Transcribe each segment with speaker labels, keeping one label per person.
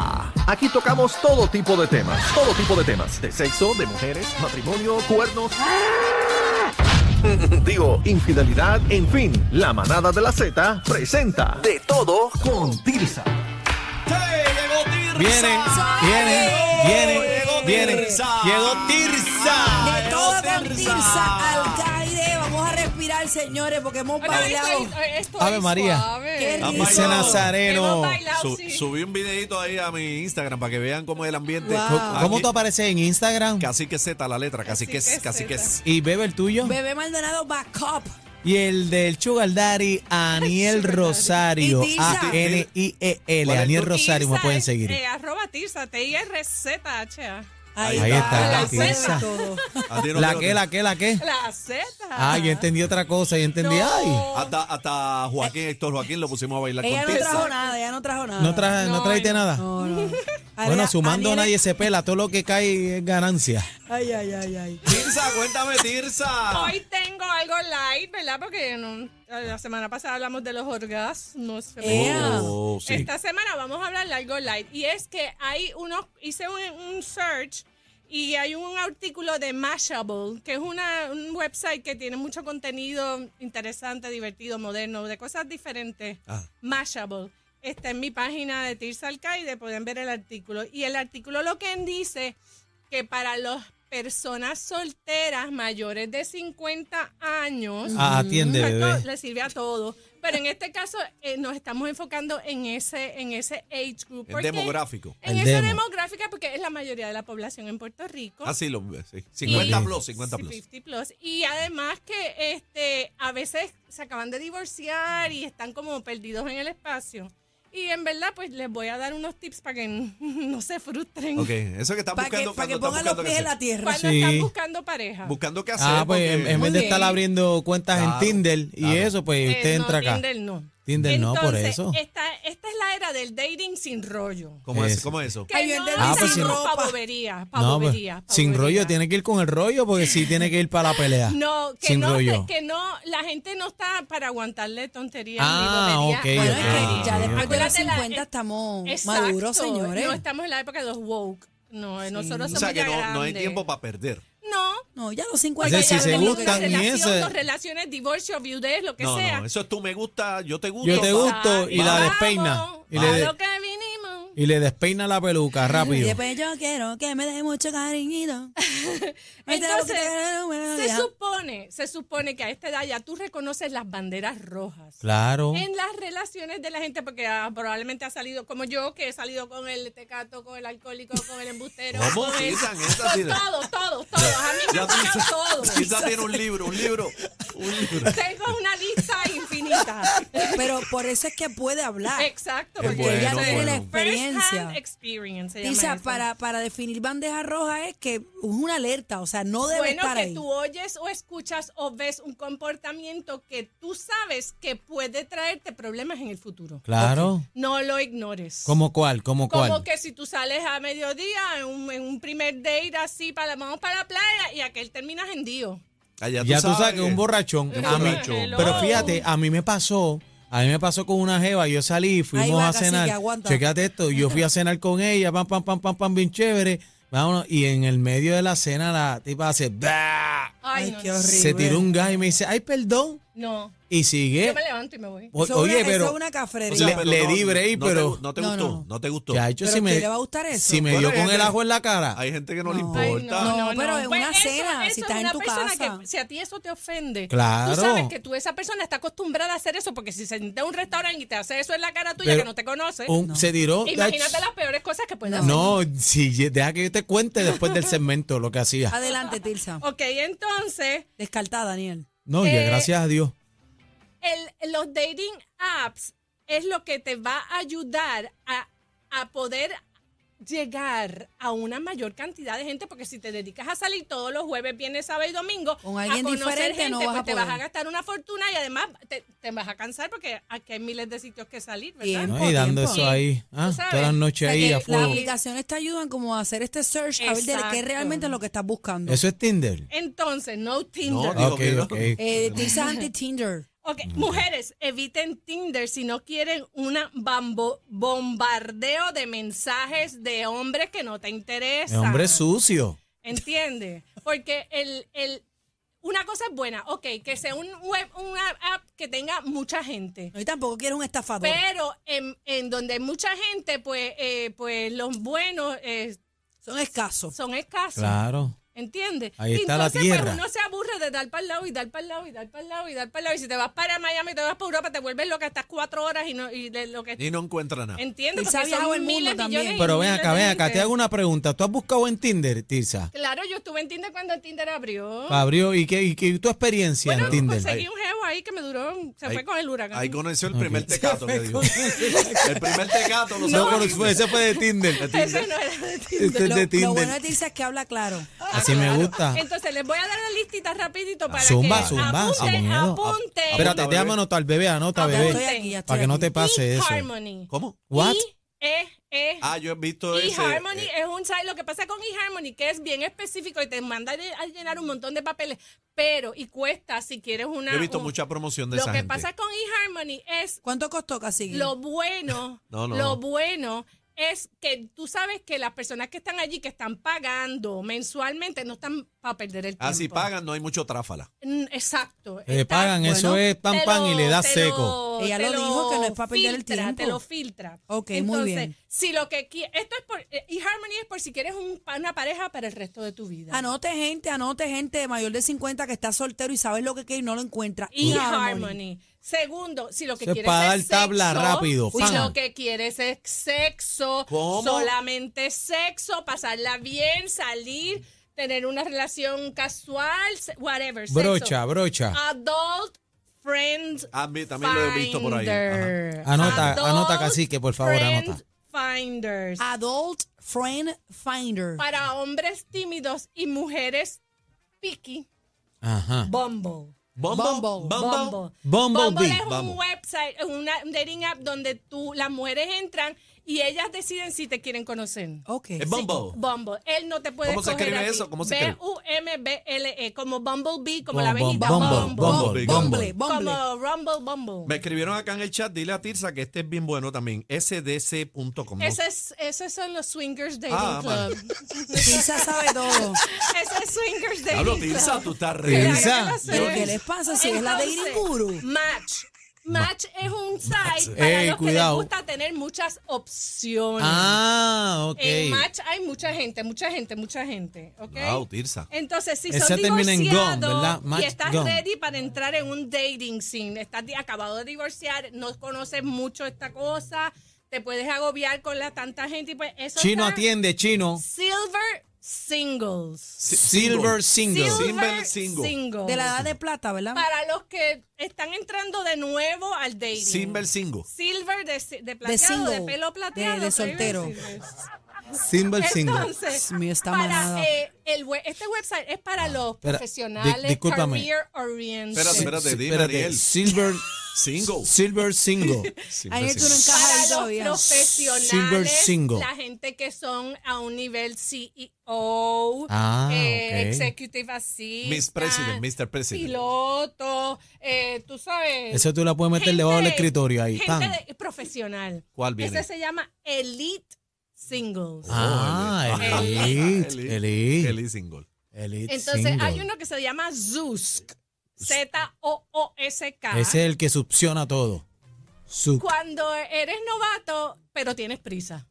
Speaker 1: Ah. Aquí tocamos todo tipo de temas, todo tipo de temas, de sexo, de mujeres, matrimonio, cuernos. Ah. Digo, infidelidad, en fin, la manada de la Z presenta de todo con Tirsa.
Speaker 2: Viene, viene, viene, viene. Llegó Tirsa.
Speaker 3: De todo con Tirsa al caire. Vamos a respirar, señores, porque hemos bailado.
Speaker 2: Ave María.
Speaker 3: Qué
Speaker 4: María.
Speaker 3: rico.
Speaker 2: Ese nazareno.
Speaker 4: Su- subí un videito ahí a mi Instagram para que vean cómo es el ambiente.
Speaker 3: Wow.
Speaker 2: ¿Cómo tú apareces en Instagram?
Speaker 4: Casi que Z la letra, casi que es, casi que es.
Speaker 2: Y bebe el tuyo.
Speaker 3: Bebé Maldonado back up.
Speaker 2: Y el del Sugar Daddy, Aniel Rosario.
Speaker 3: Y Tirsa.
Speaker 2: A-N-I-E-L.
Speaker 4: ¿Cuál es
Speaker 2: E Aniel
Speaker 4: tu-
Speaker 2: Rosario, me
Speaker 5: Tirsa
Speaker 2: pueden
Speaker 5: es,
Speaker 2: seguir.
Speaker 5: eh, arroba Tirsa, T-I-R-Z-H-A.
Speaker 2: Ahí está,
Speaker 3: la
Speaker 2: la Tirsa.
Speaker 3: todo.
Speaker 4: A ti no
Speaker 2: ¿La
Speaker 4: creo
Speaker 2: qué,
Speaker 4: que-
Speaker 2: la qué, la qué?
Speaker 5: La Z.
Speaker 2: Ah, yo entendí otra cosa. Yo entendí,
Speaker 5: No.
Speaker 2: ay.
Speaker 4: Hasta, hasta Joaquín, Héctor Joaquín lo pusimos a bailar
Speaker 3: Ella
Speaker 4: con
Speaker 3: no
Speaker 4: Tirsa.
Speaker 3: trajo nada, ella no trajo nada.
Speaker 2: ¿No, tra no,
Speaker 5: No,
Speaker 2: trajiste
Speaker 5: ay, no.
Speaker 2: nada?
Speaker 3: No, no.
Speaker 2: Bueno, sumando
Speaker 3: Ariel-
Speaker 2: nadie se pela. Todo lo que cae es ganancia.
Speaker 3: Ay, ay, ay, ay.
Speaker 4: Tirsa, cuéntame, Tirsa.
Speaker 3: Oh,
Speaker 5: Hoy tengo algo light, ¿verdad? Porque no- la semana pasada hablamos de los orgasmos. femeninos.
Speaker 4: Oh, sí.
Speaker 5: Esta semana vamos a hablar de algo light. Y es que hay unos, hice un, un search y hay un artículo de Mashable, que es una, un website que tiene mucho contenido interesante, divertido, moderno, de cosas diferentes.
Speaker 4: Ah.
Speaker 5: Mashable. Está en mi página de Tirsa Alcaide, pueden ver el artículo. Y el artículo lo que dice que para las personas solteras mayores de 50 años,
Speaker 2: Ah, atiende,
Speaker 5: esto
Speaker 2: bebé.
Speaker 5: le sirve a todo. Pero en este caso eh, nos estamos enfocando en ese, en ese age group.
Speaker 4: Es
Speaker 5: porque-
Speaker 4: demográfico.
Speaker 5: En
Speaker 2: El
Speaker 5: esa
Speaker 2: demo.
Speaker 5: demográfica porque es la mayoría de la población en Puerto Rico.
Speaker 4: Así lo Ah, eh, sí. 50
Speaker 2: Y-
Speaker 4: plus, 50
Speaker 5: Sí,
Speaker 4: plus.
Speaker 5: 50 plus. Y además que este a veces se acaban de divorciar y están como perdidos en el espacio. Y en verdad, pues les voy a dar unos tips para que n- no se frustren
Speaker 4: Ok, eso que están
Speaker 3: Para que,
Speaker 4: buscando.
Speaker 3: pa' que
Speaker 4: cuando
Speaker 3: pongan
Speaker 4: están
Speaker 3: los
Speaker 4: buscando
Speaker 3: pies
Speaker 4: qué
Speaker 3: en la
Speaker 4: hacer.
Speaker 3: tierra.
Speaker 5: cuando
Speaker 2: Sí.
Speaker 5: están buscando pareja.
Speaker 4: Buscando qué hacer.
Speaker 2: Ah, pues en,
Speaker 4: porque-
Speaker 2: en vez de
Speaker 5: Muy
Speaker 2: estar
Speaker 5: bien.
Speaker 2: abriendo cuentas en
Speaker 4: Claro,
Speaker 2: Tinder y
Speaker 4: claro.
Speaker 2: eso, pues
Speaker 5: Eh,
Speaker 2: usted
Speaker 5: no,
Speaker 2: entra acá.
Speaker 5: Tinder no.
Speaker 2: Tinder no, por
Speaker 5: Entonces,
Speaker 2: eso.
Speaker 5: Esta, esta es la era del dating sin rollo.
Speaker 4: ¿Cómo es
Speaker 2: Eso.
Speaker 4: cómo es eso?
Speaker 5: Que
Speaker 3: Ay, yo
Speaker 5: no
Speaker 3: entendí
Speaker 2: Ah, pues
Speaker 5: usamos
Speaker 2: sin
Speaker 3: ropa.
Speaker 5: pavovería,
Speaker 2: No, pues,
Speaker 5: pavovería,
Speaker 2: sin
Speaker 5: pavovería.
Speaker 2: rollo, tiene que ir con el rollo porque sí tiene que ir para la pelea.
Speaker 5: No, que
Speaker 2: sin
Speaker 5: no,
Speaker 2: rollo.
Speaker 5: que no, la gente no está para aguantarle tonterías
Speaker 2: Ah,
Speaker 5: ni
Speaker 2: ok,
Speaker 3: Bueno,
Speaker 5: boberías.
Speaker 2: ok,
Speaker 3: es que
Speaker 2: Ah,
Speaker 3: ya
Speaker 2: ok,
Speaker 3: después de los
Speaker 5: Acuérdate la- eh,
Speaker 3: 50 estamos
Speaker 5: Exacto.
Speaker 3: maduros, señores.
Speaker 5: No estamos en la época de los woke. No, nosotros
Speaker 4: O
Speaker 5: somos
Speaker 4: sea que
Speaker 5: ya
Speaker 4: no, no hay
Speaker 5: grandes.
Speaker 4: tiempo para perder.
Speaker 5: No,
Speaker 3: No, ya los 50
Speaker 2: Así
Speaker 5: porque
Speaker 2: si
Speaker 5: ya
Speaker 2: se
Speaker 5: tenemos
Speaker 2: gustan
Speaker 5: una
Speaker 2: y
Speaker 5: relación,
Speaker 2: eso-
Speaker 5: dos relaciones, divorcio, viudez, lo que
Speaker 4: No,
Speaker 5: sea.
Speaker 4: no, eso es tú me gusta, yo te gusto.
Speaker 2: Yo
Speaker 4: pa-
Speaker 2: te gusto y la
Speaker 5: Vamos,
Speaker 2: despeina. Y
Speaker 5: a
Speaker 2: le,
Speaker 5: lo que vinimos.
Speaker 2: y le despeina la peluca
Speaker 3: Y
Speaker 2: rápido.
Speaker 3: después yo quiero que me dé mucho cariñito.
Speaker 5: Entonces, Se supone, se supone que a esta edad ya tú reconoces las banderas rojas.
Speaker 2: Claro.
Speaker 5: En las relaciones de la gente, porque ah, probablemente ha salido, como yo, que he salido con el tecato, con el alcohólico, con el embustero.
Speaker 4: ¿Cómo
Speaker 5: con el-
Speaker 4: piensan
Speaker 5: con
Speaker 4: esas ideas?
Speaker 5: todos, todos, todos. A mí me
Speaker 4: Ya
Speaker 5: han tocado todos.
Speaker 4: Quizás tiene un libro, un libro, un libro.
Speaker 5: Tengo una lista infinita.
Speaker 3: Pero por eso es que puede hablar.
Speaker 5: Exacto.
Speaker 4: Es
Speaker 5: porque
Speaker 4: bueno,
Speaker 5: ella
Speaker 4: bueno.
Speaker 5: tiene la
Speaker 3: First
Speaker 5: experiencia.
Speaker 3: hand
Speaker 5: experience. se llama
Speaker 3: Tirsa,
Speaker 5: eso.
Speaker 3: para, para definir bandeja roja es que es una alerta, o sea, no debe
Speaker 5: bueno,
Speaker 3: estar
Speaker 5: que
Speaker 3: ahí.
Speaker 5: tú oyes o escuchas o ves un comportamiento que tú sabes que puede traerte problemas en el futuro.
Speaker 2: Claro.
Speaker 5: No lo ignores.
Speaker 2: ¿Cómo cuál? ¿Cómo
Speaker 5: Como
Speaker 2: cuál?
Speaker 5: que si tú sales a mediodía en un, en un primer date así, para, vamos para la playa y aquel terminas en Dios.
Speaker 4: Allá
Speaker 2: Ya tú sabes que un borrachón.
Speaker 4: Un
Speaker 2: a mí-
Speaker 4: borrachón.
Speaker 2: pero fíjate, a mí me pasó. A mí me pasó con una jeva, yo salí, fuimos
Speaker 3: va,
Speaker 2: a
Speaker 3: cacique,
Speaker 2: cenar.
Speaker 3: aguanta.
Speaker 2: Checate esto, yo fui a cenar con ella, pam, pam, pam, pam, pam, bien chévere. Vámonos, y en el medio de la cena la tipa hace.
Speaker 4: Ah,
Speaker 2: "Bah".
Speaker 5: Ay,
Speaker 3: Ay,
Speaker 5: no,
Speaker 3: qué horrible.
Speaker 2: Se tiró un gas y me dice, ay, perdón.
Speaker 5: no.
Speaker 2: Y
Speaker 5: Yo
Speaker 2: sigue.
Speaker 5: me levanto y me voy.
Speaker 2: O-
Speaker 3: Eso es
Speaker 2: Oye,
Speaker 3: una- eso es
Speaker 2: pero.
Speaker 3: una cafrería.
Speaker 2: o sea, le- le di break,
Speaker 4: no te
Speaker 2: pero-
Speaker 4: gu- No te,
Speaker 3: No,
Speaker 4: gustó,
Speaker 3: no.
Speaker 4: no, te gustó.
Speaker 2: Ya, hecho,
Speaker 3: ¿Pero
Speaker 2: si
Speaker 3: a
Speaker 2: me,
Speaker 3: quién le va a gustar eso?
Speaker 2: Si me
Speaker 4: Bueno,
Speaker 2: dio con
Speaker 4: hay
Speaker 2: el
Speaker 4: gente-
Speaker 2: ajo en la cara.
Speaker 4: Hay gente que no, le
Speaker 3: No.
Speaker 4: importa.
Speaker 3: Ay,
Speaker 5: Ay,
Speaker 3: No, pero en una
Speaker 5: Pues eso-
Speaker 3: cena,
Speaker 5: eso
Speaker 3: si
Speaker 5: es
Speaker 3: estás en
Speaker 5: una
Speaker 3: tu
Speaker 5: persona
Speaker 3: casa.
Speaker 5: que- si a ti eso te ofende,
Speaker 2: Claro.
Speaker 5: tú sabes que tú, esa persona está acostumbrada a hacer eso, porque si se sienta en un restaurante y te hace eso en la cara tuya
Speaker 2: Pero
Speaker 5: que no te conoce,
Speaker 2: Un- Se tiró.
Speaker 5: imagínate las peores cosas que pueden hacer.
Speaker 2: No, si, deja que yo te cuente después del segmento lo que hacía.
Speaker 3: Adelante, Tirsa.
Speaker 5: Ok, entonces,
Speaker 3: Descartada, Daniel.
Speaker 2: No, ya
Speaker 5: Eh,
Speaker 2: gracias a Dios.
Speaker 5: el- los dating apps es lo que te va a ayudar a, a poder llegar a una mayor cantidad de gente, porque si te dedicas a salir todos los jueves, viernes, sábado y domingo,
Speaker 3: Con alguien
Speaker 5: a conocer
Speaker 3: diferente
Speaker 5: gente,
Speaker 3: no vas
Speaker 5: pues
Speaker 3: a
Speaker 5: te
Speaker 3: poder.
Speaker 5: vas a gastar una fortuna y además te, te vas a cansar porque aquí hay miles de sitios que salir, ¿verdad?
Speaker 3: Bien.
Speaker 2: ¿no?
Speaker 3: tiempo,
Speaker 2: Y dando
Speaker 3: tiempo.
Speaker 2: eso ahí. ah,
Speaker 5: Tú sabes,
Speaker 2: todas las noches
Speaker 3: O sea,
Speaker 2: ahí
Speaker 3: que
Speaker 2: a
Speaker 3: las
Speaker 2: fuego.
Speaker 3: aplicaciones te ayudan como a hacer este search a ver de qué
Speaker 5: Exacto.
Speaker 3: realmente es lo que estás buscando.
Speaker 2: Eso es Tinder.
Speaker 5: Entonces, no
Speaker 4: No,
Speaker 5: Tinder.
Speaker 4: digo
Speaker 2: Ok,
Speaker 4: que no.
Speaker 2: ok.
Speaker 3: Eh, Tirsa anti Tinder.
Speaker 5: Ok, mujeres, eviten Tinder si no quieren un bombardeo de mensajes de hombres que no te
Speaker 2: El
Speaker 5: interesan.
Speaker 2: hombre es sucio.
Speaker 5: ¿Entiendes? Porque el, el, una cosa es buena, ok, que sea un web, una app que tenga mucha gente.
Speaker 3: No, y tampoco quiero un estafador.
Speaker 5: Pero en, en donde hay mucha gente, pues, eh, pues los buenos eh,
Speaker 3: Son escasos.
Speaker 5: son escasos.
Speaker 2: Claro.
Speaker 5: ¿Entiendes?
Speaker 2: Ahí
Speaker 5: Y
Speaker 2: está la
Speaker 5: entonces,
Speaker 2: tierra.
Speaker 5: Pues, uno se aburre de dar para el lado y dar para el lado y dar para el lado y dar para el lado. Y si te vas para Miami, te vas para Europa, te vuelves lo que estás cuatro horas y, no, y de lo que.
Speaker 4: Y no encuentra nada.
Speaker 5: ¿Entiendes?
Speaker 3: Y se ha
Speaker 5: Porque
Speaker 3: viajado
Speaker 5: son
Speaker 3: el mundo
Speaker 5: miles,
Speaker 3: también.
Speaker 5: millones y
Speaker 2: Pero ven
Speaker 5: miles
Speaker 2: acá,
Speaker 5: de
Speaker 2: ven acá,
Speaker 5: gente.
Speaker 2: te hago una pregunta. ¿Tú has buscado en Tinder, Tirsa?
Speaker 5: Claro, yo estuve en Tinder cuando Tinder abrió.
Speaker 2: Abrió, ¿y qué, y qué- tu experiencia
Speaker 5: bueno,
Speaker 2: en Tinder?
Speaker 5: conseguí un jevo ahí que me duró. Se
Speaker 4: Ahí-
Speaker 5: fue con el huracán.
Speaker 4: Ahí conoció el primer
Speaker 2: Ok.
Speaker 4: tecato que dijo. El primer tecato lo
Speaker 2: No,
Speaker 4: sacó
Speaker 2: pero
Speaker 4: de
Speaker 2: fue-
Speaker 4: Tinder.
Speaker 2: ese fue de Tinder.
Speaker 5: Ese no era de Tinder.
Speaker 2: Este es
Speaker 3: Lo,
Speaker 2: de
Speaker 3: lo bueno
Speaker 2: Tinder.
Speaker 3: de Tirsa es que habla claro.
Speaker 2: Ah, Así me gusta.
Speaker 5: Entonces les voy a dar la listita rapidito para
Speaker 2: Zumba,
Speaker 5: que
Speaker 2: zumba, sin
Speaker 5: apunten,
Speaker 2: miedo.
Speaker 5: apunten.
Speaker 2: Espérate,
Speaker 4: Apunta,
Speaker 2: déjame
Speaker 4: bebé.
Speaker 2: anotar, bebé, anota,
Speaker 5: Apunta.
Speaker 3: Ya estoy
Speaker 2: bebé.
Speaker 3: aquí, ya estoy
Speaker 2: Para que no
Speaker 3: aquí.
Speaker 2: te pase eso.
Speaker 5: eHarmony.
Speaker 4: ¿Cómo?
Speaker 2: What?
Speaker 5: E, E,
Speaker 4: Ah, yo he visto ese.
Speaker 5: eHarmony
Speaker 4: eh,
Speaker 5: es un site, lo que pasa con eHarmony, que es bien específico y te manda a llenar un montón de papeles, pero y cuesta si quieres una...
Speaker 4: yo he visto
Speaker 5: un-
Speaker 4: mucha promoción de
Speaker 5: Lo
Speaker 4: esa
Speaker 5: que
Speaker 4: gente.
Speaker 5: pasa con eHarmony es
Speaker 3: ¿Cuánto costó, Cacique?
Speaker 5: lo bueno,
Speaker 4: No, no.
Speaker 5: lo bueno es que tú sabes que las personas que están allí, que están pagando mensualmente, no están para perder el tiempo.
Speaker 4: Ah, si pagan, no hay mucho tráfala.
Speaker 5: Mm, Exacto.
Speaker 2: Le
Speaker 5: Está-
Speaker 2: Eh, pagan, eso es pan
Speaker 5: te
Speaker 2: pan
Speaker 5: lo-
Speaker 2: y le da
Speaker 5: te
Speaker 2: seco.
Speaker 5: te
Speaker 3: Ella lo dijo que no es para perder el
Speaker 5: filtra,
Speaker 3: tiempo.
Speaker 5: Te lo filtra.
Speaker 3: Ok, muy
Speaker 5: Entonces,
Speaker 3: bien.
Speaker 5: Si lo que qui- esto es por eh, eHarmony es por si quieres un pa- una pareja para el resto de tu vida.
Speaker 3: Anote gente, anote gente mayor de 50 que está soltero y sabe lo que quiere y no lo encuentra.
Speaker 5: eHarmony. Segundo, si lo que
Speaker 2: Eso es
Speaker 5: quieres
Speaker 2: para
Speaker 5: es
Speaker 2: dar tabla
Speaker 5: sexo,
Speaker 2: rápido,
Speaker 5: si
Speaker 2: pan.
Speaker 5: lo que quieres es sexo,
Speaker 4: ¿Cómo?
Speaker 5: solamente sexo, pasarla bien, salir, tener una relación casual, se- whatever, sexo.
Speaker 2: Brocha, brocha.
Speaker 5: Ah. Adult Friend
Speaker 4: Ah, vi- también lo he visto por ahí.
Speaker 5: Finder.
Speaker 2: Ajá. Anota,
Speaker 5: Adult
Speaker 2: anota, cacique, por favor,
Speaker 5: Friend
Speaker 2: anota.
Speaker 5: Finders.
Speaker 3: Ah. Adult Friend Finder.
Speaker 5: Para hombres tímidos y mujeres picky,
Speaker 2: Ajá.
Speaker 5: Bumble.
Speaker 4: Bombo, bombo.
Speaker 2: Bumble Bee.
Speaker 5: es
Speaker 4: Vamos.
Speaker 5: un website, es una dating app donde tú, las mujeres entran y ellas deciden si te quieren conocer.
Speaker 3: Ok.
Speaker 4: Es bombo.
Speaker 5: Bumble. Él no te puede
Speaker 4: ¿Cómo se
Speaker 5: escoger
Speaker 4: escribe
Speaker 5: a ti.
Speaker 4: eso? ¿Cómo se escribe?
Speaker 5: B-U-M-B-L-E, como Bumblebee, como la
Speaker 2: Bum, bum,
Speaker 5: abejita.
Speaker 2: bumble,
Speaker 4: bumble,
Speaker 3: Bumble, Bumble.
Speaker 5: Como Rumble, Bumble.
Speaker 4: Me escribieron acá en el chat, dile a Tirsa que este es bien bueno también. SDC.com. ¿no?
Speaker 5: Ese es, esos son los Swingers Dating
Speaker 4: Ah, vale.
Speaker 5: Club.
Speaker 3: Tirsa sabe todo.
Speaker 5: Ese es Swingers Dating
Speaker 4: Hablo,
Speaker 5: Club.
Speaker 4: Tirsa, tú estás
Speaker 5: Ya,
Speaker 4: re.
Speaker 2: Tirsa.
Speaker 5: ya lo sé.
Speaker 3: Pero, ¿qué les pasa si es la de
Speaker 5: Entonces,
Speaker 3: Iriguru?
Speaker 5: Match. Match es un site para
Speaker 2: Ey,
Speaker 5: los
Speaker 2: cuidado.
Speaker 5: que les gusta tener muchas opciones.
Speaker 2: Ah, ok.
Speaker 5: En Match hay mucha gente, mucha gente, mucha gente, ¿ok?
Speaker 4: Wow, Tirsa.
Speaker 5: Entonces, si
Speaker 2: Ese
Speaker 5: son
Speaker 2: termina en gone, ¿verdad?
Speaker 5: divorciados
Speaker 2: Match
Speaker 5: y estás
Speaker 2: gone.
Speaker 5: ready para entrar en un dating scene, estás di- acabado de divorciar, no conoces mucho esta cosa, te puedes agobiar con la tanta gente y pues eso
Speaker 2: Chino
Speaker 5: está-
Speaker 2: atiende, chino.
Speaker 5: Silver Singles.
Speaker 4: Si-
Speaker 2: Silver single.
Speaker 4: Silver
Speaker 5: Silver
Speaker 4: Single.
Speaker 5: Single.
Speaker 3: De la edad de plata, ¿verdad?
Speaker 5: Para los que están entrando de nuevo al dating.
Speaker 4: Silver single.
Speaker 5: Silver de, si- de plateado, de,
Speaker 3: single.
Speaker 5: pelo plateado.
Speaker 3: De- de
Speaker 5: soy
Speaker 3: soltero.
Speaker 5: Silver.
Speaker 2: Silver single.
Speaker 5: Entonces,
Speaker 3: Dios mío, esta manada.
Speaker 5: para, eh, el, we- este website es para los
Speaker 2: Ah. espera, di-
Speaker 5: profesionales,
Speaker 2: discúlpame.
Speaker 5: career oriented.
Speaker 4: Espérate, espérate, dime,
Speaker 2: Espérate,
Speaker 4: Ariel.
Speaker 2: Silver,
Speaker 4: Single.
Speaker 2: silver single.
Speaker 4: Silver
Speaker 3: Ayer tú no
Speaker 4: single.
Speaker 3: encajas ahí
Speaker 5: Para
Speaker 3: todavía.
Speaker 5: los profesionales,
Speaker 2: Silver single.
Speaker 5: la gente que son a un nivel CEO,
Speaker 2: Ah,
Speaker 5: eh,
Speaker 2: ok.
Speaker 5: executive así,
Speaker 4: Miss President, Mr. President.
Speaker 5: piloto, eh, tú sabes.
Speaker 2: Eso tú la puedes meter
Speaker 5: Gente-
Speaker 2: debajo del escritorio ahí.
Speaker 5: Gente
Speaker 2: Tan.
Speaker 5: de- profesional.
Speaker 4: ¿Cuál viene?
Speaker 5: Ese se llama Elite Singles.
Speaker 2: Ah,
Speaker 4: Ah,
Speaker 2: elite,
Speaker 4: Elite.
Speaker 2: elite, elite,
Speaker 4: Kelly single.
Speaker 5: Entonces
Speaker 2: single.
Speaker 5: hay uno que se llama Zusk. Z-O-O-S-K.
Speaker 2: Ese es el que succiona todo. Su-
Speaker 5: Cuando eres novato, pero tienes prisa.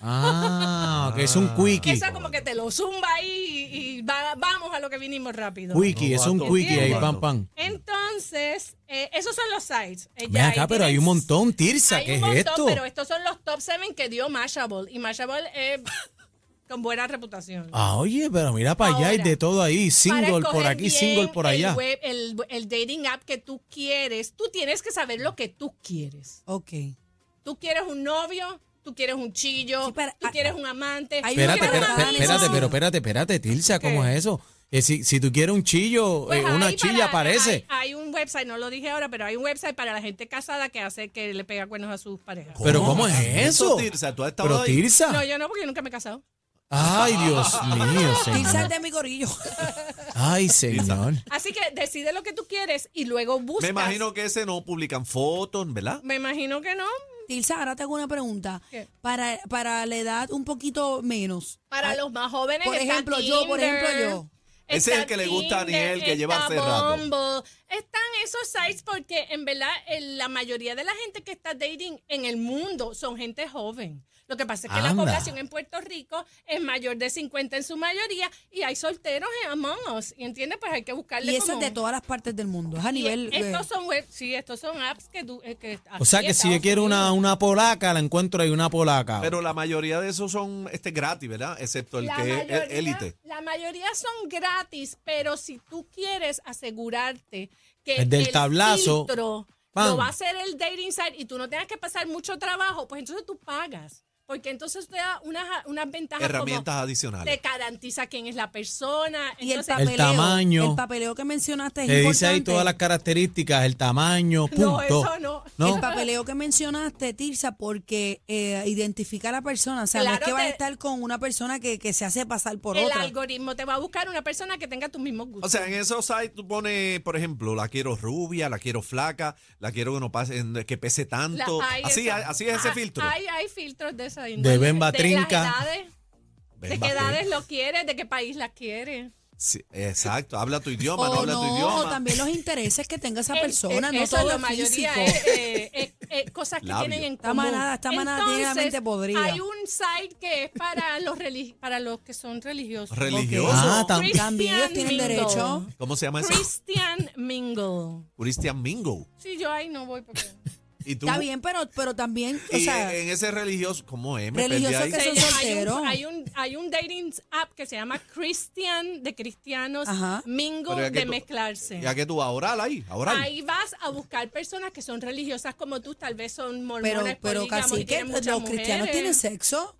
Speaker 2: Ah, que es un quickie.
Speaker 5: Esa como que te lo zumba ahí y, y va- vamos a lo que vinimos rápido.
Speaker 2: Quickie, es un
Speaker 4: Novato,
Speaker 2: quickie ahí,
Speaker 4: novato.
Speaker 2: pam, pam.
Speaker 5: Entonces, eh, esos son los sites. Eh,
Speaker 2: Ven
Speaker 5: ya
Speaker 2: acá,
Speaker 5: ahí
Speaker 2: pero hay
Speaker 5: tienen
Speaker 2: un montón, Tirsa,
Speaker 5: Hay
Speaker 2: ¿qué
Speaker 5: un
Speaker 2: es
Speaker 5: montón,
Speaker 2: esto?
Speaker 5: pero estos son los top 7 que dio Mashable. Y Mashable es con buena reputación.
Speaker 2: Ah, oye, pero mira para allá y
Speaker 5: Ahora,
Speaker 2: de todo ahí,
Speaker 5: Para
Speaker 2: single por
Speaker 5: escoger
Speaker 2: aquí,
Speaker 5: bien
Speaker 2: single por allá.
Speaker 5: El, web- el- el dating app que tú quieres, tú tienes que saber lo que tú quieres.
Speaker 3: Ok.
Speaker 5: Tú quieres un novio, tú quieres un chillo,
Speaker 3: Sí, pero,
Speaker 5: tú
Speaker 3: ah,
Speaker 5: quieres un amante.
Speaker 3: hay
Speaker 5: tú
Speaker 3: una-
Speaker 2: Espérate,
Speaker 5: quieres
Speaker 2: espérate,
Speaker 5: un
Speaker 2: espérate,
Speaker 3: análisis.
Speaker 2: espérate, pero
Speaker 5: amigo.
Speaker 2: espérate, espérate, Tilsa, ¿cómo
Speaker 5: ¿Qué?
Speaker 2: es eso? Eh, si, si tú quieres un chillo,
Speaker 5: Pues
Speaker 2: eh,
Speaker 5: ahí
Speaker 2: una
Speaker 5: para-
Speaker 2: chilla aparece.
Speaker 5: Hay, hay un website, no lo dije ahora, pero hay un website para la gente casada que hace que le pega cuernos a sus parejas.
Speaker 2: Pero ¿cómo es eso?
Speaker 4: Tirsa, tú has estado
Speaker 2: Pero
Speaker 4: ahí.
Speaker 2: Tilsa,
Speaker 5: No, yo no, porque yo nunca me he casado.
Speaker 2: ay Dios mío,
Speaker 3: Tirsa es
Speaker 2: señor.
Speaker 3: de mi gorillo.
Speaker 2: Ay, señor.
Speaker 5: Así que decide lo que tú quieres y luego
Speaker 4: Me
Speaker 5: buscas.
Speaker 4: imagino que ese no publican fotos, ¿verdad?
Speaker 5: Me imagino que no.
Speaker 3: Tilsa, ahora tengo una pregunta.
Speaker 5: ¿Qué?
Speaker 3: Para, para la edad un poquito menos.
Speaker 5: Para
Speaker 3: Ah,
Speaker 5: los más jóvenes.
Speaker 3: Por
Speaker 5: está
Speaker 3: ejemplo, yo, por
Speaker 5: Tinder,
Speaker 3: ejemplo, yo.
Speaker 5: está
Speaker 4: Ese es el que le gusta a Aniel, que lleva
Speaker 5: está
Speaker 4: hace rato.
Speaker 5: Bumble. Están esos sites porque en verdad el- la mayoría de la gente que está dating en el mundo son gente joven. Lo que pasa es que la
Speaker 2: Anda.
Speaker 5: población en Puerto Rico es mayor de 50 en su mayoría y hay solteros en Among Us. ¿Y entiendes? Pues hay que buscarle
Speaker 3: Y eso es
Speaker 5: como-
Speaker 3: de todas las partes del mundo. Es a
Speaker 5: Y
Speaker 3: nivel. eh,
Speaker 5: estos son web, sí, estos son apps que tú eh, que
Speaker 2: O sea
Speaker 5: aquí
Speaker 2: que si yo
Speaker 5: Estados
Speaker 2: quiero una,
Speaker 5: Unidos.
Speaker 2: una polaca, la encuentro ahí una polaca.
Speaker 4: Pero la mayoría de esos son este gratis, ¿verdad? Excepto el
Speaker 5: La
Speaker 4: que es
Speaker 5: mayoría-
Speaker 4: el- élite.
Speaker 5: La mayoría son gratis, pero si tú quieres asegurarte que
Speaker 2: El del
Speaker 5: el
Speaker 2: tablazo,
Speaker 5: filtro
Speaker 2: ¡pam!
Speaker 5: lo va a hacer el dating site y tú no tengas que pasar mucho trabajo, pues entonces tú pagas. Porque entonces te da unas, unas ventajas
Speaker 4: Herramientas
Speaker 5: como
Speaker 4: adicionales.
Speaker 5: te garantiza quién es la persona.
Speaker 3: y el
Speaker 5: Entonces,
Speaker 3: papeleo.
Speaker 2: tamaño.
Speaker 3: El papeleo que mencionaste es
Speaker 2: Te
Speaker 3: importante.
Speaker 2: dice ahí todas las características, el tamaño, punto.
Speaker 5: no, eso no.
Speaker 2: No.
Speaker 3: El papeleo que mencionaste, Tirsa, porque eh, identifica a la persona. O sea, no es
Speaker 5: Claro,
Speaker 3: que vas a
Speaker 5: te-
Speaker 3: estar con una persona que, que se hace pasar por
Speaker 5: el
Speaker 3: otra.
Speaker 5: algoritmo te va a buscar una persona que tenga tus mismos
Speaker 4: O
Speaker 5: gustos.
Speaker 4: sea, en esos sites tú pones, por ejemplo, la quiero rubia, la quiero flaca, la quiero que no pase, en- que pese
Speaker 5: La-
Speaker 4: tanto.
Speaker 5: hay
Speaker 4: así,
Speaker 5: esa-
Speaker 4: así es ese
Speaker 5: ah,
Speaker 4: filtro.
Speaker 5: Hay, hay filtros de esa
Speaker 2: De Ben
Speaker 5: las
Speaker 2: Batrinca.
Speaker 5: edades.
Speaker 4: Ven,
Speaker 5: ¿De qué
Speaker 4: Basté.
Speaker 5: edades lo quieres? ¿De qué país la quieres?
Speaker 4: Sí, exacto, habla tu idioma, no
Speaker 3: O
Speaker 4: habla tu
Speaker 3: Oh, no, o
Speaker 4: idioma.
Speaker 3: también los intereses que tenga esa
Speaker 5: Eh,
Speaker 3: persona,
Speaker 5: eh,
Speaker 3: no
Speaker 5: eso
Speaker 3: todo
Speaker 5: la
Speaker 3: es físico.
Speaker 5: mayoría es eh, eh, eh, cosas que
Speaker 4: Labio.
Speaker 5: tienen en
Speaker 3: Está
Speaker 5: común.
Speaker 3: manada, está manada, tiene la
Speaker 5: Entonces,
Speaker 3: mente podrida.
Speaker 5: Hay un site que es para los relig- para los que son religiosos.
Speaker 4: Religioso.
Speaker 3: Ok.
Speaker 2: Ah, tam-
Speaker 5: Christian
Speaker 3: También ellos tienen
Speaker 5: Mingle.
Speaker 3: derecho.
Speaker 4: ¿Cómo se llama eso?
Speaker 5: Christian Mingle.
Speaker 4: Christian Mingo.
Speaker 5: Sí, yo ahí no voy porque
Speaker 4: Y tú
Speaker 3: Está bien, pero, pero también, o
Speaker 4: y
Speaker 3: sea,
Speaker 4: en ese religioso, ¿cómo es? Me perdí
Speaker 3: Religioso
Speaker 4: ahí.
Speaker 3: que son
Speaker 5: Señor, hay,
Speaker 3: solteros.
Speaker 5: un, hay un hay un dating app que se llama Christian de cristianos
Speaker 3: Ajá.
Speaker 5: Mingle
Speaker 4: Pero ya que
Speaker 5: de
Speaker 4: tú-
Speaker 5: mezclarse.
Speaker 4: Ya que tú vas a orar ahí, a orar.
Speaker 5: Ahí vas a buscar personas que son religiosas como tú, tal vez son
Speaker 3: pero,
Speaker 5: mormones,
Speaker 3: pero
Speaker 5: polígamos y
Speaker 3: casi que
Speaker 5: tienen
Speaker 3: los
Speaker 5: muchas
Speaker 3: cristianos
Speaker 5: mujeres.
Speaker 3: tienen sexo.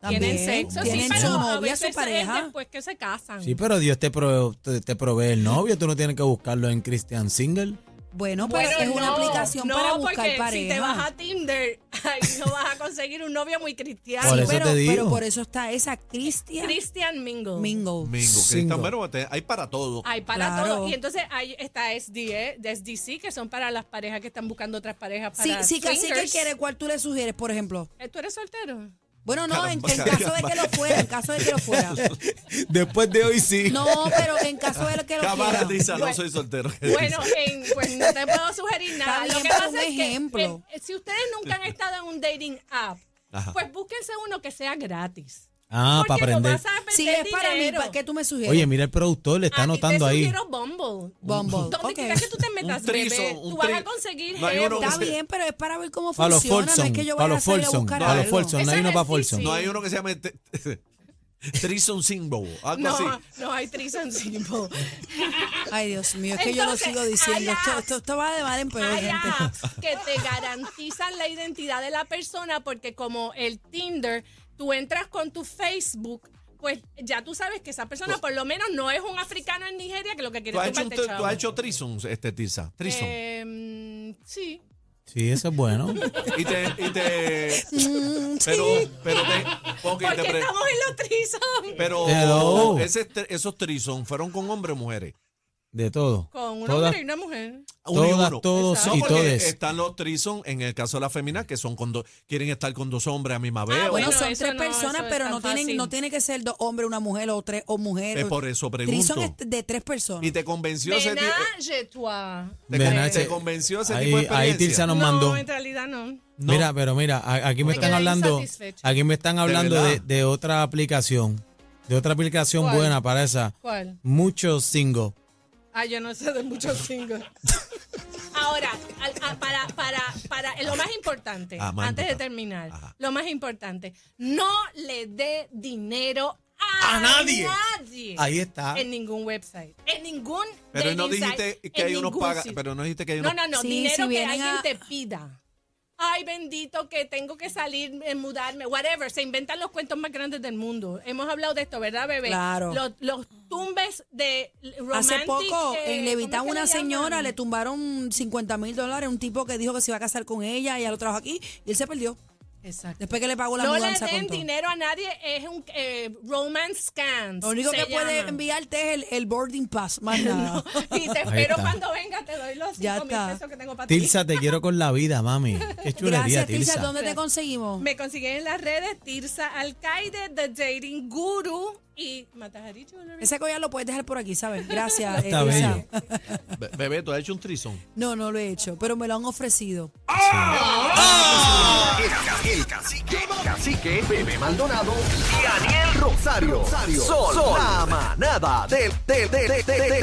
Speaker 5: Tienen
Speaker 3: También,
Speaker 5: sexo,
Speaker 3: Tienen
Speaker 5: sí,
Speaker 3: su
Speaker 5: pero a
Speaker 3: novia,
Speaker 5: veces pues,
Speaker 3: su
Speaker 5: es
Speaker 3: pareja.
Speaker 5: después que se casan.
Speaker 2: Sí, pero Dios te, prove- te, te provee el novio, tú no tienes que buscarlo en Christian Single.
Speaker 3: Bueno, pero
Speaker 5: Bueno,
Speaker 3: es una
Speaker 5: no,
Speaker 3: aplicación
Speaker 5: no,
Speaker 3: para
Speaker 5: porque
Speaker 3: buscar
Speaker 5: si te vas
Speaker 3: pareja.
Speaker 5: a Tinder, ahí no vas a conseguir un novio muy cristiano.
Speaker 2: Por
Speaker 3: Sí,
Speaker 2: eso
Speaker 3: pero,
Speaker 2: te digo.
Speaker 3: pero por eso está esa Cristian
Speaker 5: Christian Mingle.
Speaker 3: Mingo.
Speaker 4: Mingo,
Speaker 2: Singo.
Speaker 4: Cristian, bueno, te- hay para todo.
Speaker 5: Hay para
Speaker 3: Claro.
Speaker 5: todo. Y entonces ahí está E, SDE, de SDC, que son para las parejas que están buscando otras parejas
Speaker 3: Si,
Speaker 5: para
Speaker 3: si casi que
Speaker 5: swingers.
Speaker 3: quiere, ¿cuál tú le sugieres, por ejemplo?
Speaker 5: Eh, ¿Tú eres soltero?
Speaker 3: Bueno, no, en,
Speaker 4: Caramba,
Speaker 3: en caso de que lo fuera, en caso de que lo fuera.
Speaker 2: Después de hoy sí.
Speaker 3: No, pero en caso de que lo
Speaker 4: Cámara
Speaker 3: fuera.
Speaker 4: dice, no
Speaker 5: Bueno.
Speaker 4: soy soltero.
Speaker 5: Bueno, en- pues no te puedo sugerir nada.
Speaker 3: Está
Speaker 5: Lo
Speaker 3: bien,
Speaker 5: que
Speaker 3: pero
Speaker 5: pasa
Speaker 3: un
Speaker 5: es que
Speaker 3: ejemplo.
Speaker 5: eh, si ustedes nunca han estado en un dating app,
Speaker 4: Ajá.
Speaker 5: pues búsquense uno que sea gratis.
Speaker 2: Ah,
Speaker 5: Porque
Speaker 2: para
Speaker 5: no
Speaker 2: aprender.
Speaker 5: vas a perder
Speaker 3: Si es para mí,
Speaker 5: dinero.
Speaker 3: ¿pa- ¿qué tú me sugieres?
Speaker 2: Oye, mira el productor, le está
Speaker 5: A ti
Speaker 2: anotando
Speaker 5: te
Speaker 2: ahí.
Speaker 5: sugiero Bumble.
Speaker 3: Bumble,
Speaker 5: Donde
Speaker 3: ok.
Speaker 5: quiera que tú te metas,
Speaker 4: threesome,
Speaker 5: bebé,
Speaker 4: un
Speaker 5: tú vas a
Speaker 4: threesome.
Speaker 5: conseguir
Speaker 4: No hay uno
Speaker 5: jevos.
Speaker 3: Está
Speaker 4: se-
Speaker 3: bien, pero es para ver cómo
Speaker 2: Para los
Speaker 3: funciona. No es
Speaker 2: Folsom,
Speaker 3: que yo
Speaker 2: para
Speaker 3: vaya a
Speaker 2: los
Speaker 3: salir a
Speaker 2: Folsom,
Speaker 3: buscar
Speaker 2: para los
Speaker 3: algo.
Speaker 2: Folsom, no
Speaker 5: Eso
Speaker 2: hay uno
Speaker 5: no
Speaker 2: para
Speaker 5: existe.
Speaker 2: Folsom.
Speaker 4: No hay uno que se llame te- Trison Singbo, algo
Speaker 5: No,
Speaker 4: así.
Speaker 5: no hay threesome simple.
Speaker 3: Ay, Dios mío, es que
Speaker 5: Entonces,
Speaker 3: yo lo sigo diciendo.
Speaker 5: hay
Speaker 3: Esto,
Speaker 5: apps.
Speaker 3: esto, esto va de mal en peor,
Speaker 5: Hay
Speaker 3: gente.
Speaker 5: apps que te garantizan la identidad de la persona porque como el Tinder, tú entras con tu Facebook, pues ya tú sabes que esa persona por lo menos no es un africano en Nigeria que lo que quiere
Speaker 4: Pues ¿Tú has
Speaker 5: es
Speaker 4: hecho, un
Speaker 5: chuparte
Speaker 4: tri- tú
Speaker 5: chavo.
Speaker 4: has hecho threesome, este, Tirsa? Trison.
Speaker 5: Eh, sí.
Speaker 2: Sí, eso es bueno.
Speaker 4: Y te... Y te
Speaker 3: Mm, sí.
Speaker 4: pero, pero te... ok,
Speaker 5: Porque
Speaker 4: te pre-
Speaker 5: estamos en los trisom.
Speaker 4: pero
Speaker 2: Hello.
Speaker 4: ese tri- esos Trison fueron con hombres o mujeres.
Speaker 2: De todo.
Speaker 5: Con un
Speaker 2: Todas-
Speaker 5: hombre y una mujer.
Speaker 4: Uno y
Speaker 2: Todas,
Speaker 4: uno.
Speaker 2: todos
Speaker 4: No,
Speaker 2: y
Speaker 4: porque
Speaker 2: todes.
Speaker 4: Están los trison, en el caso de las féminas, que son con dos- quieren estar con dos hombres a misma vez.
Speaker 5: Ah,
Speaker 4: o-
Speaker 3: Bueno,
Speaker 5: Bueno,
Speaker 3: son
Speaker 5: eso
Speaker 3: tres
Speaker 5: no,
Speaker 3: personas,
Speaker 5: eso
Speaker 3: pero
Speaker 5: es
Speaker 3: no
Speaker 5: tan
Speaker 3: tiene,
Speaker 5: fácil.
Speaker 3: no tiene que ser dos hombres, una mujer o tres o mujeres.
Speaker 4: Es por eso
Speaker 3: Trison
Speaker 4: pregunto.
Speaker 3: es de tres personas.
Speaker 4: Y te convenció ese tipo.
Speaker 5: Menage toi.
Speaker 4: Te,
Speaker 2: Ven,
Speaker 4: con-
Speaker 2: Nache.
Speaker 4: te convenció ese
Speaker 2: Ahí-
Speaker 4: tipo de
Speaker 2: ahí
Speaker 4: experiencia.
Speaker 2: Tirsa nos mandó.
Speaker 5: No, en realidad no.
Speaker 4: No.
Speaker 2: Mira, pero mira, a- aquí me
Speaker 5: Me
Speaker 2: están
Speaker 5: quedé
Speaker 2: hablando,
Speaker 5: insatisfecha.
Speaker 2: aquí me están hablando de,
Speaker 4: verdad?
Speaker 2: de otra aplicación, de otra aplicación
Speaker 5: ¿Cuál?
Speaker 2: buena para esa.
Speaker 5: ¿Cuál?
Speaker 2: Muchos singles.
Speaker 5: Ah, yo no sé de muchos singles. Ahora, al- a- para, para, para eh, lo más importante,
Speaker 4: Ah, más
Speaker 5: antes de
Speaker 4: importante.
Speaker 5: terminar,
Speaker 4: Ajá.
Speaker 5: lo más importante, no le dé dinero a,
Speaker 2: A nadie.
Speaker 5: nadie.
Speaker 2: Ahí está.
Speaker 5: En ningún website. En ningún
Speaker 4: Pero no
Speaker 5: dating site,
Speaker 4: dijiste que
Speaker 5: en
Speaker 4: hay unos
Speaker 5: ningún
Speaker 4: paga,
Speaker 5: sitio.
Speaker 4: pero no dijiste que hay
Speaker 5: No,
Speaker 4: unos
Speaker 5: no, no.
Speaker 3: Sí, si
Speaker 5: dinero que
Speaker 3: vienen
Speaker 5: alguien
Speaker 3: a-
Speaker 5: te pida. Ay, bendito, que tengo que salir, eh, mudarme, whatever. Se inventan los cuentos más grandes del mundo. Hemos hablado de esto, ¿verdad, bebé?
Speaker 3: Claro.
Speaker 5: Los, los tumbes de romantic,
Speaker 3: Hace poco
Speaker 5: eh,
Speaker 3: en
Speaker 5: ¿cómo
Speaker 3: Levitán
Speaker 5: es que
Speaker 3: una
Speaker 5: le llaman?
Speaker 3: señora le tumbaron 50 mil dólares a un tipo que dijo que se iba a casar con ella y ella lo trajo aquí y él se perdió.
Speaker 5: Exacto.
Speaker 3: Después que le pagó la
Speaker 5: No le
Speaker 3: mudanza
Speaker 5: den
Speaker 3: con todo.
Speaker 5: dinero a nadie, es un eh, romance scams.
Speaker 3: Lo único
Speaker 5: se
Speaker 3: que puede
Speaker 5: llaman.
Speaker 3: enviarte es el, el boarding pass, más nada.
Speaker 2: Ahí
Speaker 5: Y te espero
Speaker 2: está.
Speaker 5: cuando venga, te doy los
Speaker 3: Ya
Speaker 5: 5 mil
Speaker 3: está.
Speaker 5: pesos que tengo para ti.
Speaker 2: Tilsa, te quiero con la vida, mami. Qué chulería,
Speaker 3: Gracias,
Speaker 2: Tilsa.
Speaker 3: Tilsa. ¿Dónde te conseguimos?
Speaker 5: Me consiguen en las redes Tirsa Alcaide, The Dating Guru y Matajari Jewelry.
Speaker 3: Ese collar lo puedes dejar por aquí, ¿sabes? Gracias, eh,
Speaker 2: Está
Speaker 3: Tilsa.
Speaker 2: bello.
Speaker 4: Be- Bebé, tú has hecho un trisón.
Speaker 3: No, no lo he hecho, pero me lo han ofrecido.
Speaker 1: El, ca- el cacique, cacique, bebé Maldonado y Daniel Rosario. Sol, Sol, la manada del del- del- del- del- del-